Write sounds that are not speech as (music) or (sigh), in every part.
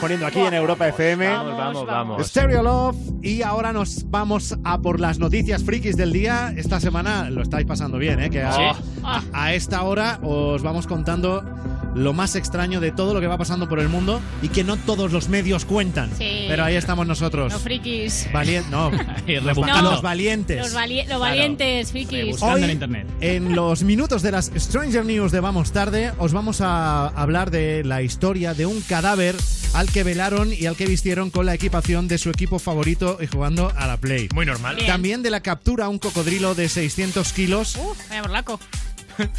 poniendo aquí en Europa FM. Vamos, vamos, vamos. Stereo Love y ahora nos vamos a por las noticias frikis del día. Esta semana lo estáis pasando bien, ¿eh? Que a, Sí. a- a esta hora os vamos contando lo más extraño de todo lo que va pasando por el mundo y que no todos los medios cuentan. Sí. Pero ahí estamos nosotros. No frikis. Valien- no. Y Los, va- rebuscando. los valientes. Los, vali- los valientes, frikis. Buscando Hoy, en internet. en los minutos de las Stranger News de Vamos Tarde, os vamos a hablar de la historia de un cadáver al que velaron y al que vistieron con la equipación de su equipo favorito y jugando a la Play. Muy normal. Bien. También de la captura a un cocodrilo de 600 kilos Uf, vaya morlaco.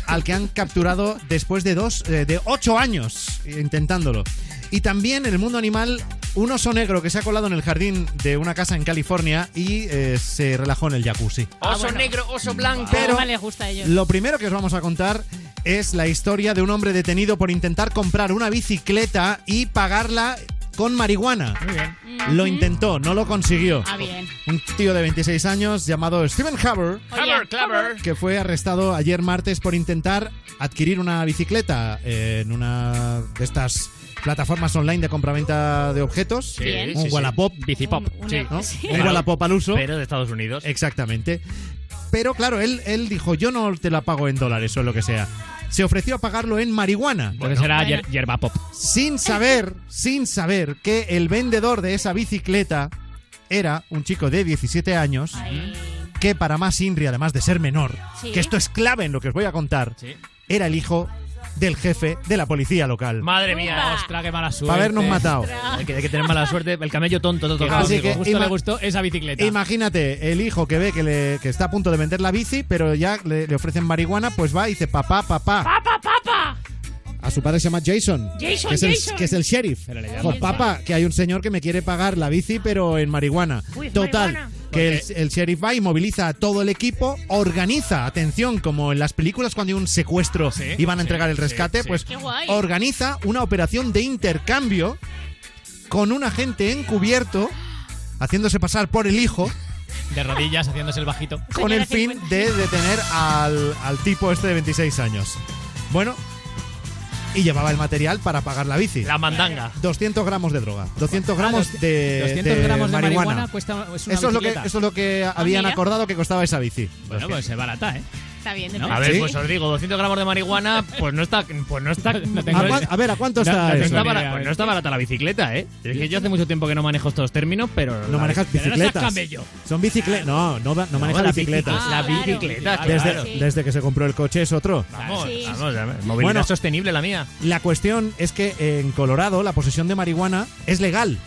al que han capturado después de dos eh, de ocho años eh, intentándolo. Y también en el mundo animal, un oso negro que se ha colado en el jardín de una casa en California y eh, se relajó en el jacuzzi. Ah, Oso bueno. negro, oso blanco. Pero- Pero más les gusta a ellos. Lo primero que os vamos a contar es la historia de un hombre detenido por intentar comprar una bicicleta y pagarla con marihuana. Lo intentó, no lo consiguió. Ah, bien. Un tío de 26 años llamado Steven Haber, Oye, Clever, clever. que fue arrestado ayer martes por intentar adquirir una bicicleta eh, en una de estas plataformas online de compraventa de objetos. Bien. Un Wallapop, Bicipop. Un- una- Sí. ¿no? (laughs) Mm. sí. Un Wallapop al uso. Pero de Estados Unidos. eh, Exactamente. Pero claro, él, él dijo, yo no te la pago en dólares o lo que sea. Se ofreció a pagarlo en marihuana, Porque será Bueno. hier- hierba pop. sin saber, sin saber que el vendedor de esa bicicleta era un chico de 17 años, Ay. que para más Inri, además de ser menor, Sí. que esto es clave en lo que os voy a contar, Sí. era el hijo del jefe de la policía local. Madre mía, Upa. ostras, qué mala Para suerte. habernos matado. Hay que, hay que tener mala suerte. El camello tonto, tonto, tonto. Así que Justo ima- le gustó esa bicicleta. Imagínate, el hijo que ve que, le- que está a punto de vender la bici, pero ya le, le ofrecen marihuana, pues va y dice, papá, papá. ¡Papa, papa! A su padre se llama Jason. Jason, que es el, Jason. que es el sheriff. Pero le llaman. Dijo, papá, que hay un señor que me quiere pagar la bici, pero en marihuana. Uy, Total, marihuana. que el, el sheriff va y moviliza a todo el equipo, organiza, atención, como en las películas cuando hay un secuestro Sí, y van a sí, entregar el sí, rescate, sí. pues Qué guay. organiza una operación de intercambio con un agente encubierto, haciéndose pasar por el hijo, De rodillas, haciéndose el bajito. con el fin de detener al, al tipo este de 26 años. Bueno, y llevaba el material para pagar la bici. La mandanga. 200 gramos de droga, 200 gramos de, 200 de Ah, gramos de marihuana. marihuana, cuesta es eso, una es lo que, bicicleta. Ah, eso es lo que habían mira. acordado que costaba esa bici. Bueno, Pues pues es barata, ¿eh? Está bien, de ¿No? verdad. A ver, ¿Sí? pues os digo, 200 gramos de marihuana, pues no está, pues no está, (laughs) No que- tengo ¿A, ni- cua- a ver, ¿a cuánto No, está no eso? tengo está ni bara- idea. pues no está barata la bicicleta, ¿eh? Es que yo hace mucho tiempo que no manejo estos términos, pero No la- manejas Pero no seas bicicletas. camello. Son bicicletas. No, no, va- no manejas la bicicletas. bici- Ah, La claro. bicicleta, Ah, desde, claro. Sí. desde que se compró el coche es otro. Vamos, Sí. vamos, a ver, movilidad Bueno. sostenible la mía. La cuestión es que en Colorado la posesión de marihuana es legal.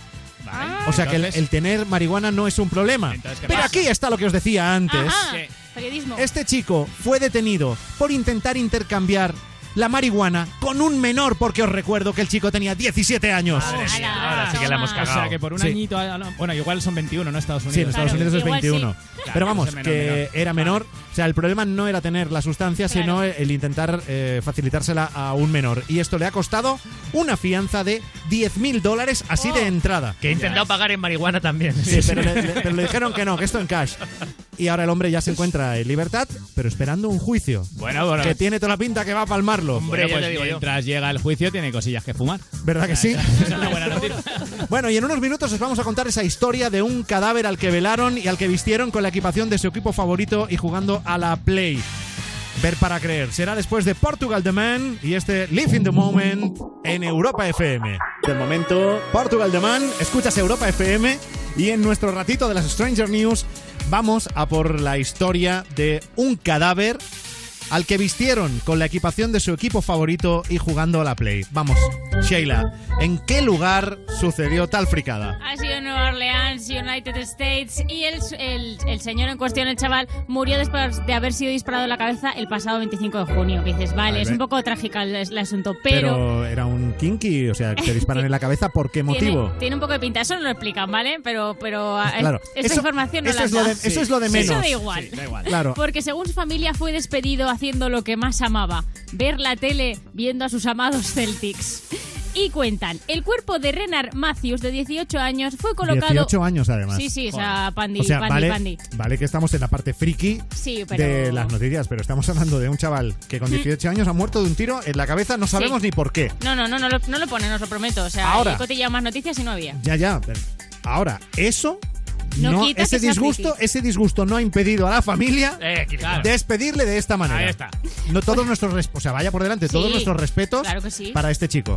Ah, Vale, O sea que el, entonces- el tener marihuana no es un problema. Entonces, ¿qué Pero pasa? aquí está lo que os decía antes. Ajá. Sí. Periodismo. Este chico fue detenido por intentar intercambiar la marihuana con un menor, porque os recuerdo que el chico tenía 17 años. Madre mía, Ala, ahora sí que la hemos toma. cagado. O sea, que por un Sí. añito. a- a- Bueno, igual son 21, ¿no? Estados Unidos. Sí, en Estados Claro, Unidos es igual 21. sí. Pero Claro, vamos, ese menor, que menor. era menor. O sea, el problema no era tener la sustancia, sino Claro. el intentar eh, facilitársela a un menor. Y esto le ha costado una fianza de 10.000 dólares así Oh. de entrada. Que he intentado pagar en marihuana también. Sí, (laughs) pero le, le- pero le dijeron que no, que esto en cash. Y ahora el hombre ya se encuentra en libertad, pero esperando un juicio. Bueno, bueno. Que tiene toda la pinta que va a palmarlo. Hombre, bueno, ya te pues digo yo. mientras llega el juicio, tiene cosillas que fumar. ¿Verdad que sí? Es una buena noticia. (laughs) Bueno, y en unos minutos os vamos a contar esa historia de un cadáver al que velaron y al que vistieron con la equipación de su equipo favorito y jugando a la Play. Ver para creer. Será después de Portugal The Man y este Live in the Moment en Europa FM. Del momento, Portugal The Man, escuchas Europa FM y en nuestro ratito de las Stranger News vamos a por la historia de un cadáver al que vistieron con la equipación de su equipo favorito y jugando a la Play. Vamos, Sheila, ¿en qué lugar sucedió tal fricada? Ha sido en Nueva Orleans, United States, y el, el, el señor en cuestión, el chaval, murió después de haber sido disparado en la cabeza el pasado 25 de junio. Que dices, vale, Vale. es un poco trágica el, el asunto, pero... Pero era un kinky, o sea, que te disparan en la cabeza, ¿por qué motivo? (laughs) Pues Tiene, tiene un poco de pinta, eso no lo explican, ¿vale? Pero, pero ah, Claro. esta Eso- información no eso la es lo han de- dado. eso es lo de menos. Eso da igual. Claro. Porque según su familia fue despedido haciendo lo que más amaba, ver la tele viendo a sus amados Celtics. y cuentan. El cuerpo de Renard Matthews, de 18 años, fue colocado... 18 años además. Sí, sí, o sea, Pandi, O sea, Pandi, vale, Pandi. vale que estamos en la parte friki Sí, pero- de las noticias, pero estamos hablando de un chaval que Mm. con 18 años ha muerto de un tiro en la cabeza, no sabemos ni por qué. No, no, no, no lo, no lo ponen, os lo prometo. O sea, Ahora. he cotillado más noticias y no había. Ya, ya. pero Ahora, eso. No no- quita ese que sea disgusto, friki. ese disgusto no ha impedido a la familia Eh, claro. despedirle de esta manera. Ahí está. No todos nuestros resp- o sea, vaya por delante, todos Sí, nuestros respetos claro que sí. para este chico.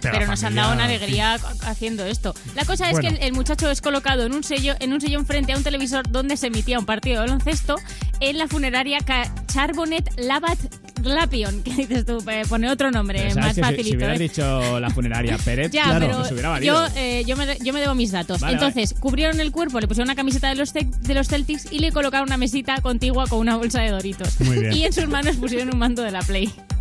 Pero, la nos han familia- dado una alegría ha- haciendo esto. La cosa es Bueno. que el, el muchacho es colocado en un sello, en un sillón frente a un televisor donde se emitía un partido de baloncesto en la funeraria Ca- Charbonet Labat Glapion, (laughs) que dices tú, eh, pone otro nombre, Pero sabes más que facilito. si- Si hubieras ¿eh? dicho la funeraria Pérez, Ya, claro, pero se hubiera yo, valido. eh, yo, me, de- yo me debo mis datos. Vale, Entonces, cubrieron el cuerpo, le pusieron una camiseta de los, Cel- de los Celtics y le colocaron una mesita contigua con una bolsa de doritos. Muy bien. Y en sus manos pusieron un mando de la Play. (laughs)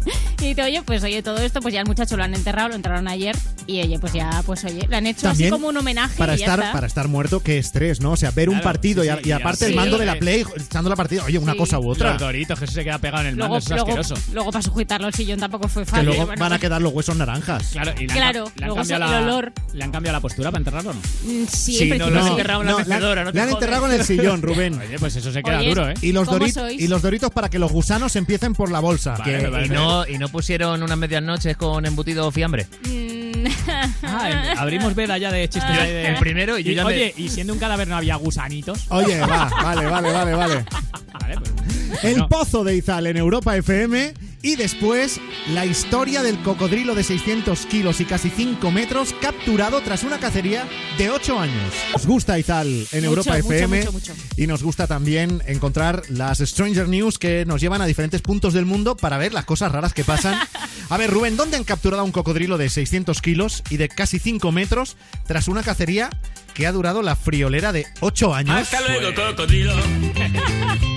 Y dice, oye, pues oye, todo esto, pues ya el muchacho lo han enterrado, lo enterraron ayer. Y oye, pues ya, pues oye, lo han hecho También así como un homenaje. Para y ya estar, está. para estar muerto, qué estrés, ¿no? O sea, ver un Claro, partido sí, y a- sí, y, y aparte el así- mando de la Sí. Play echando la partida. Oye, una Sí. cosa u otra. Los doritos, que eso se queda pegado en el mando, Luego, eso es luego, asqueroso. luego para sujetarlo al sillón tampoco fue Que fácil. luego Bueno, van a quedar los huesos naranjas. Claro, y le han- Claro, le han luego cambiado sale el la- olor. ¿Le han cambiado la postura para enterrarlo o no? mm, Sí, Sí, en no, principio lo han sí. enterrado en la No, la- mecedora, no te le han jodes. enterrado en el sillón, (laughs) Rubén. Oye, pues eso se queda Oye, duro, ¿eh? Y los, ¿Cómo dorit- sois? y los doritos para que los gusanos empiecen por la bolsa. Vale, Que- me parece y, no, y no pusieron unas medias noches con embutido o fiambre. Mm, (laughs) Ah, em- abrimos vela ya de chistes Yo- ahí de- el primero y yo ya me- Oye, y siendo un cadáver no había gusanitos. Oye, va, vale, vale, vale, vale. Vale, pues, El no. pozo de Izal en Europa FM y después la historia del cocodrilo de 600 kilos y casi 5 metros capturado tras una cacería de 8 años. Nos gusta Izal en Mucho, Europa mucho, FM mucho, mucho. y nos gusta también encontrar las Stranger News que nos llevan a diferentes puntos del mundo para ver las cosas raras que (laughs) pasan. A ver, Rubén, ¿dónde han capturado a un cocodrilo de 600 kilos y de casi 5 metros tras una cacería que ha durado la friolera de 8 años? luego, cocodrilo.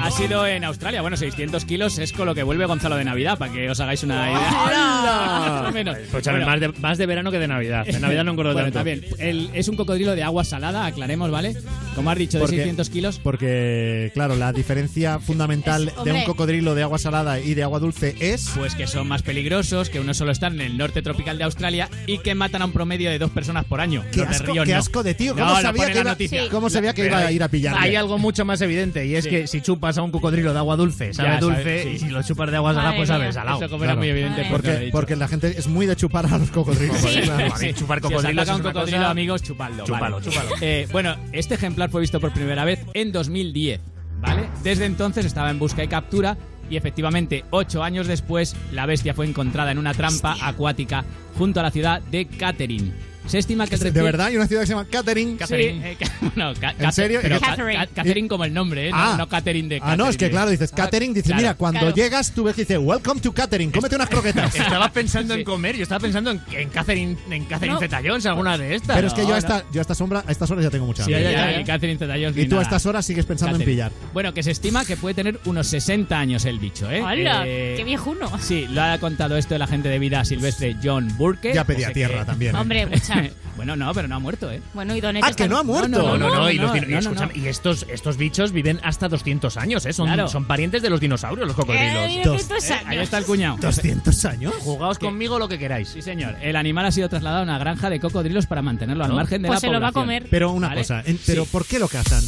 Ha sido en Australia. Bueno, 600 kilos es con lo que vuelve Gonzalo de Navidad, para que os hagáis una (laughs) idea. (laughs) Más o menos. Escúchame, pues Bueno, más, de, más de verano que de Navidad. De Navidad no engordo (laughs) bueno, tanto. también. El- es un cocodrilo de agua salada, aclaremos, ¿vale? Como has dicho, de Porque- 600 kilos. Porque, claro, la diferencia fundamental Es- de un hombre. cocodrilo de agua salada y de agua dulce es. Pues que son más peligrosos, que unos solo están en el norte tropical de Australia y que matan a un promedio de dos personas por año. ¡Qué Los de asco, río qué no. asco de tío! No, ¿Cómo lo sabía, pone que en la iba, noticia. Sí. cómo sabía que Pero iba a hay- ir a pillarle? Hay algo mucho más evidente y es Sí. que si chupas a un cocodrilo de agua dulce, sabe Ya, sabe, dulce, sí. y si lo chupas de agua salada, Madre pues sabe mía. salado. Eso como era Claro. muy Madre. evidente. por lo que he porque, dicho. porque la gente es muy de chupar a los cocodrilos. Sí. Claro. Vale, chupar Si os cocodrilos ataca es un una cocodrilo, cosa- amigos, chupadlo. Chúpalo, vale. chúpalo. (laughs) Eh, bueno, este ejemplar fue visto por primera vez en 2010, ¿vale? Desde entonces estaba en busca y captura y efectivamente, ocho años después, la bestia fue encontrada en una trampa acuática junto a la ciudad de Catherine. Se estima que el De reptil... verdad, hay una ciudad que se llama Catering. Sí, eh, ca- (laughs) bueno, ca- ¿En serio? pero ca- Catherine. ca- Catherine como el nombre, ¿eh? No, no Catherine de Ah, no, es que Catherine. ¿eh? claro, dices Catering, dices, claro. mira, cuando Claro. llegas tú ves que dice, Welcome to Catering, cómete unas (laughs) croquetas. Estaba pensando en comer, yo estaba pensando en, en Catherine, en Catherine No. Zeta-Jones, alguna de estas. Pero es que yo No, a, esta, yo a esta sombra, a estas horas ya tengo mucha Sí, hambre. ya, ya, ya, ya. ni Catherine Zeta-Jones Y ni tú a nada. estas horas sigues pensando en Catherine. pillar. Bueno, que se estima que puede tener unos 60 años el bicho, ¿eh? Hola, Eh, qué (laughs) viejuno. Sí, lo ha contado esto el agente de vida silvestre John Burke. Ya O pedía sea tierra Pues que- (laughs) también. ¿eh? Hombre, mucha. bueno, no, pero no ha muerto, ¿eh? Bueno, y Donet Ah, está- que no ha muerto. No, no, no, y, los no, dino- y no, escúchame, no. y estos, estos bichos viven hasta 200 años, ¿eh? Son, Claro. son parientes de los dinosaurios, los Eh, cocodrilos. mira Dos. que estos Eh, Ahí años. está el cuñado. ¿200 años? Jugaos ¿Qué? conmigo lo que queráis. Sí, señor. El animal ha sido trasladado a una granja de cocodrilos para mantenerlo al ¿No? margen de Pues la se lo va a población. comer. Pero una Vale. cosa, en- ¿pero Sí. por qué lo cazan?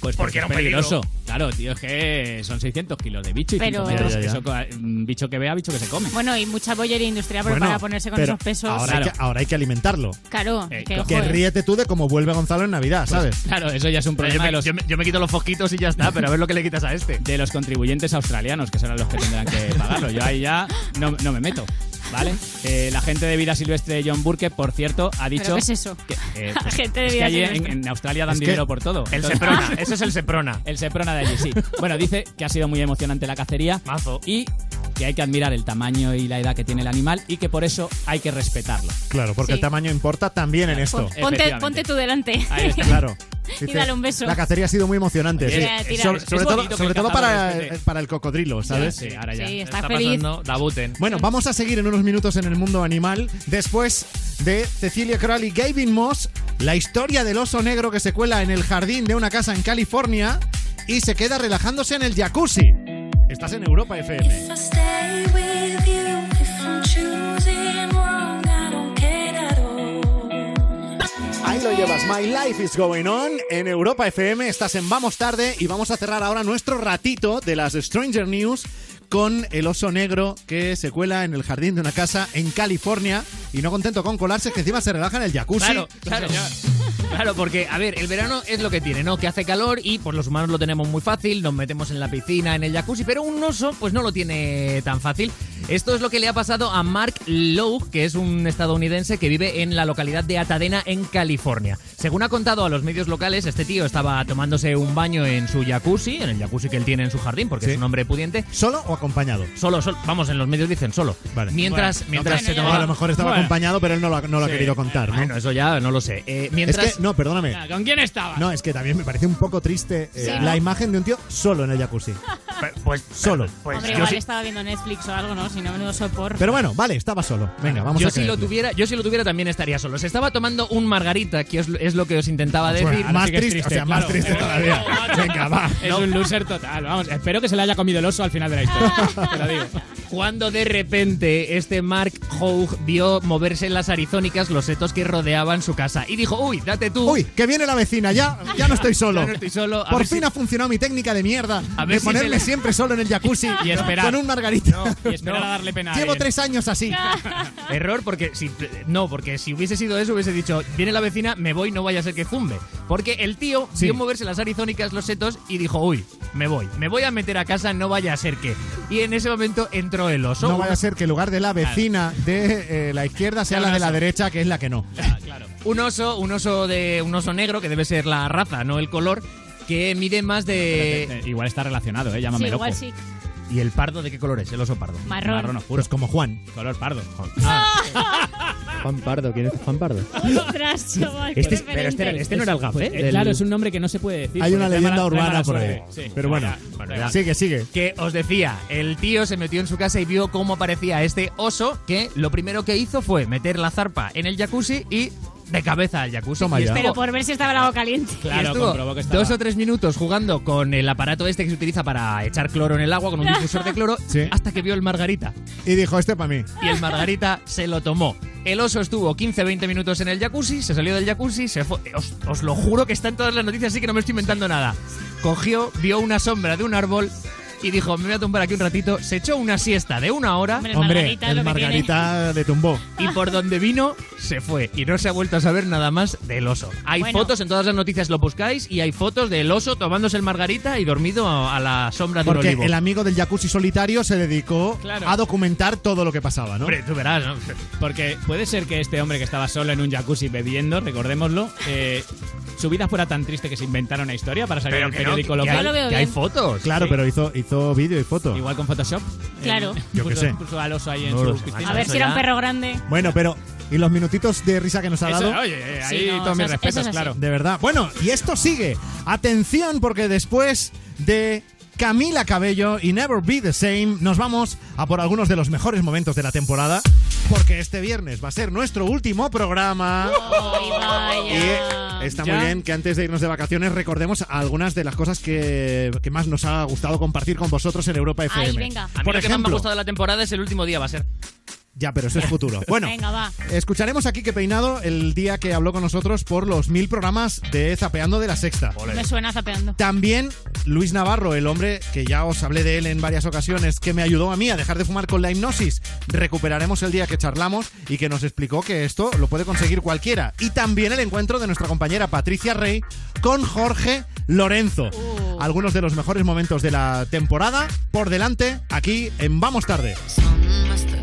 Pues Porque porque era es un peligro. peligroso. Claro, tío, es que son 600 kilos de bicho y Pero- cinco Ya, metros. ya, ya. Eso co- un bicho que vea, bicho que se come. Bueno, y mucha bollería industrial pero Bueno, para ponerse con pero esos pesos. Ahora, hay Claro. que, ahora hay que alimentarlo. Claro, Eh, que, que Que joder. ríete tú de cómo vuelve Gonzalo en Navidad, ¿sabes? Pues, Eh, Claro, eso ya es un Pero problema yo, me, de los, yo me- yo me quito los fosquitos y ya está, pero a ver lo que le quitas a este. de los contribuyentes australianos, que serán los que tendrán que (laughs) pagarlo. Yo ahí ya no, no me meto, ¿vale? Eh, la gente de vida silvestre John Burke, por cierto, ha dicho... ¿Pero qué es eso? que, eh, (laughs) La gente de es que vida allí en, silvestre. en Australia dan Es que dinero por todo. El Entonces- Seprona, ese es el Seprona. (laughs) El Seprona de allí, sí. Bueno, dice que ha sido muy emocionante la cacería Mazo. y que hay que admirar el tamaño y la edad que tiene el animal y que por eso hay que respetarlo. Claro, porque Sí. el tamaño importa también en esto. Pon- ponte, Efectivamente. ponte tú delante. Ahí está. Claro. Y dale un beso. La cacería ha sido muy emocionante. Oye, sí. tira, tira. Sobre, Es sobre Eh, bonito todo, que el sobre todo cazador para, respete. eh, para el cocodrilo, (laughs) ¿sabes? Sí, ahora ya. Sí, está, Está feliz. pasando, da buten. Bueno, vamos a seguir en unos minutos en el mundo animal después de Cecilia Crowley y Gavin Moss, la historia del oso negro que se cuela en el jardín de una casa en California y se queda relajándose en el jacuzzi. Estás en Europa FM. If I stay with you, if I'm choosing wrong, I don't care. Ahí lo llevas, My Life is Going On en Europa FM. Estás en Vamos Tarde y vamos a cerrar ahora nuestro ratito de las Stranger News con el oso negro que se cuela en el jardín de una casa en California y no contento con colarse, que encima se relaja en el jacuzzi. Claro, claro. Claro, porque, a ver, el verano es lo que tiene, ¿no? Que hace calor y pues los humanos lo tenemos muy fácil, nos metemos en la piscina, en el jacuzzi, pero un oso pues no lo tiene tan fácil. Esto es lo que le ha pasado a Mark Lowe, que es un estadounidense que vive en la localidad de Atadena, en California. Según ha contado a los medios locales, este tío estaba tomándose un baño en su jacuzzi, en el jacuzzi que él tiene en su jardín, porque Sí. es un hombre pudiente. ¿Solo o acompañado? Solo, solo, vamos, en los medios dicen solo. Vale. Mientras, Bueno, mientras no, se bueno, No, tomaba... a lo mejor estaba Bueno. acompañado, pero él no lo ha, no lo ha Sí. querido contar, ¿no? Bueno, eso ya no lo sé. Eh, mientras... Es que, no, perdóname. Ah, ¿Con quién estaba? No, es que también me parece un poco triste eh, Sí, ¿no? la imagen de un tío solo en el jacuzzi. Pues Solo. pues Hombre, yo igual sí- estaba viendo Netflix o algo, ¿no? Si no, menudo sopor. Pero bueno, vale, estaba solo. Venga, vamos yo a si lo creerlo. tuviera, yo si lo tuviera también estaría solo. Se estaba tomando un margarita, que es, es lo que os intentaba Bueno, decir. más sí que es triste, o triste, sea, más claro. Oh, Eh, triste (laughs) todavía. Venga, va. Es un loser total, vamos. Espero que se le haya comido el oso al final de la historia. Te lo digo. Cuando de repente este Mark Hough vio moverse en las arizónicas los setos que rodeaban su casa y dijo, uy, date tú. Uy, que viene la vecina, ya, ya no estoy solo. uh. Ya no estoy solo, a Por ver fin si- ha funcionado mi técnica de mierda A ver de si ponerme se le- siempre solo en el jacuzzi Y esperar. con un margarita. Y espera a darle pena. a (laughs) Llevo alguien. tres años así. Error porque si no, porque si hubiese sido eso hubiese dicho, viene la vecina, me voy, no vaya a ser que zumbe. Porque el tío Sí. vio moverse las arizónicas, los setos y dijo, uy, me voy, me voy a meter a casa, no vaya a ser que. Y en ese momento entró el oso. No vaya a ser que en lugar de la vecina de eh, la izquierda sea Sea la de una la so- derecha, que es la que no. Ah, claro. Un oso, un oso de un oso negro que debe ser la raza, no el color, que mide más de Eh, igual está relacionado, eh. Llámame Sí, loco. igual sí. y el pardo de qué color es? El oso pardo. Marrón. Marrón oscuro. Pues como Juan. (laughs) Color pardo. Juan Pardo, ¿quién es Juan Pardo? Ostras, chaval, qué Este- pero este- referentes. este no era el gafé. Pues, eh, del- Claro, es un nombre que no se puede decir. Hay porque una trae leyenda mala- trae urbana mala por ahí. suerte. Sí, Pero bueno, venga, venga. sigue, sigue. Que os decía, el tío se metió en su casa y vio cómo aparecía este oso que lo primero que hizo fue meter la zarpa en el jacuzzi y de cabeza al jacuzzi. Toma Y ya. estuvo- Pero por ver si estaba el agua caliente. y Claro, estuvo comprobó que estaba. dos o tres minutos jugando con el aparato este que se utiliza para echar cloro en el agua, (laughs) con un difusor de cloro, Sí. hasta que vio el margarita. Y dijo, este para mí. y el margarita se lo tomó. El oso estuvo 15-20 minutos en el jacuzzi, se salió del jacuzzi, se fue. Os, os lo juro que está en todas las noticias, así que no me estoy inventando nada. Cogió, vio una sombra de un árbol y dijo, me voy a tumbar aquí un ratito. Se echó una siesta de una hora Hombre, el Hombre, margarita es el lo que margarita le tumbó. y por donde vino, se fue. Y no se ha vuelto a saber nada más del oso. Hay Bueno. fotos en todas las noticias, lo buscáis, y hay fotos del oso tomándose el margarita y dormido a, a la sombra de un Porque olivo. el amigo del jacuzzi solitario se dedicó Claro. a documentar todo lo que pasaba, ¿no? Hombre, tú verás, ¿no? Porque puede ser que este hombre que estaba solo en un jacuzzi bebiendo, recordémoslo, eh, su vida fuera tan triste que se inventara una historia para sacar Pero el que, no, que, periódico que local. Yo lo veo hay, que hay bien. fotos. Claro, sí. pero hizo, hizo vídeo y foto. Igual con Photoshop. Claro. Eh, Yo puso- qué sé. Puso al oso ahí en No lo su sé, piscina. macho. A ver Eso si era un ya- perro grande. Bueno, pero ¿y los minutitos de risa que nos ha Eso, dado? oye, eh, ahí Sí, no, todos eso mis es- respetos, eso es así. claro. De verdad. Bueno, y esto sigue. Atención, porque después de Camila Cabello y Never Be the Same, nos vamos a por algunos de los mejores momentos de la temporada. Porque este viernes va a ser nuestro último programa. Ay, Y eh, vaya. está Ya. muy bien que antes de irnos de vacaciones recordemos algunas de las cosas que, que más nos ha gustado compartir con vosotros en Europa FM. venga. A mí Por lo que más me ha ejemplo, gustado de la temporada es el último día, va a ser. ya, pero eso es (laughs) futuro. Bueno, Venga, va. escucharemos aquí que Peinado el día que habló con nosotros por los mil programas de Zapeando de la Sexta. Me suena zapeando. También Luis Navarro, el hombre que ya os hablé de él en varias ocasiones, que me ayudó a mí a dejar de fumar con la hipnosis. Recuperaremos el día que charlamos y que nos explicó que esto lo puede conseguir cualquiera. Y también el encuentro de nuestra compañera Patricia Rey con Jorge Lorenzo. Uh. Algunos de los mejores momentos de la temporada por delante aquí en Vamos Tarde. Some must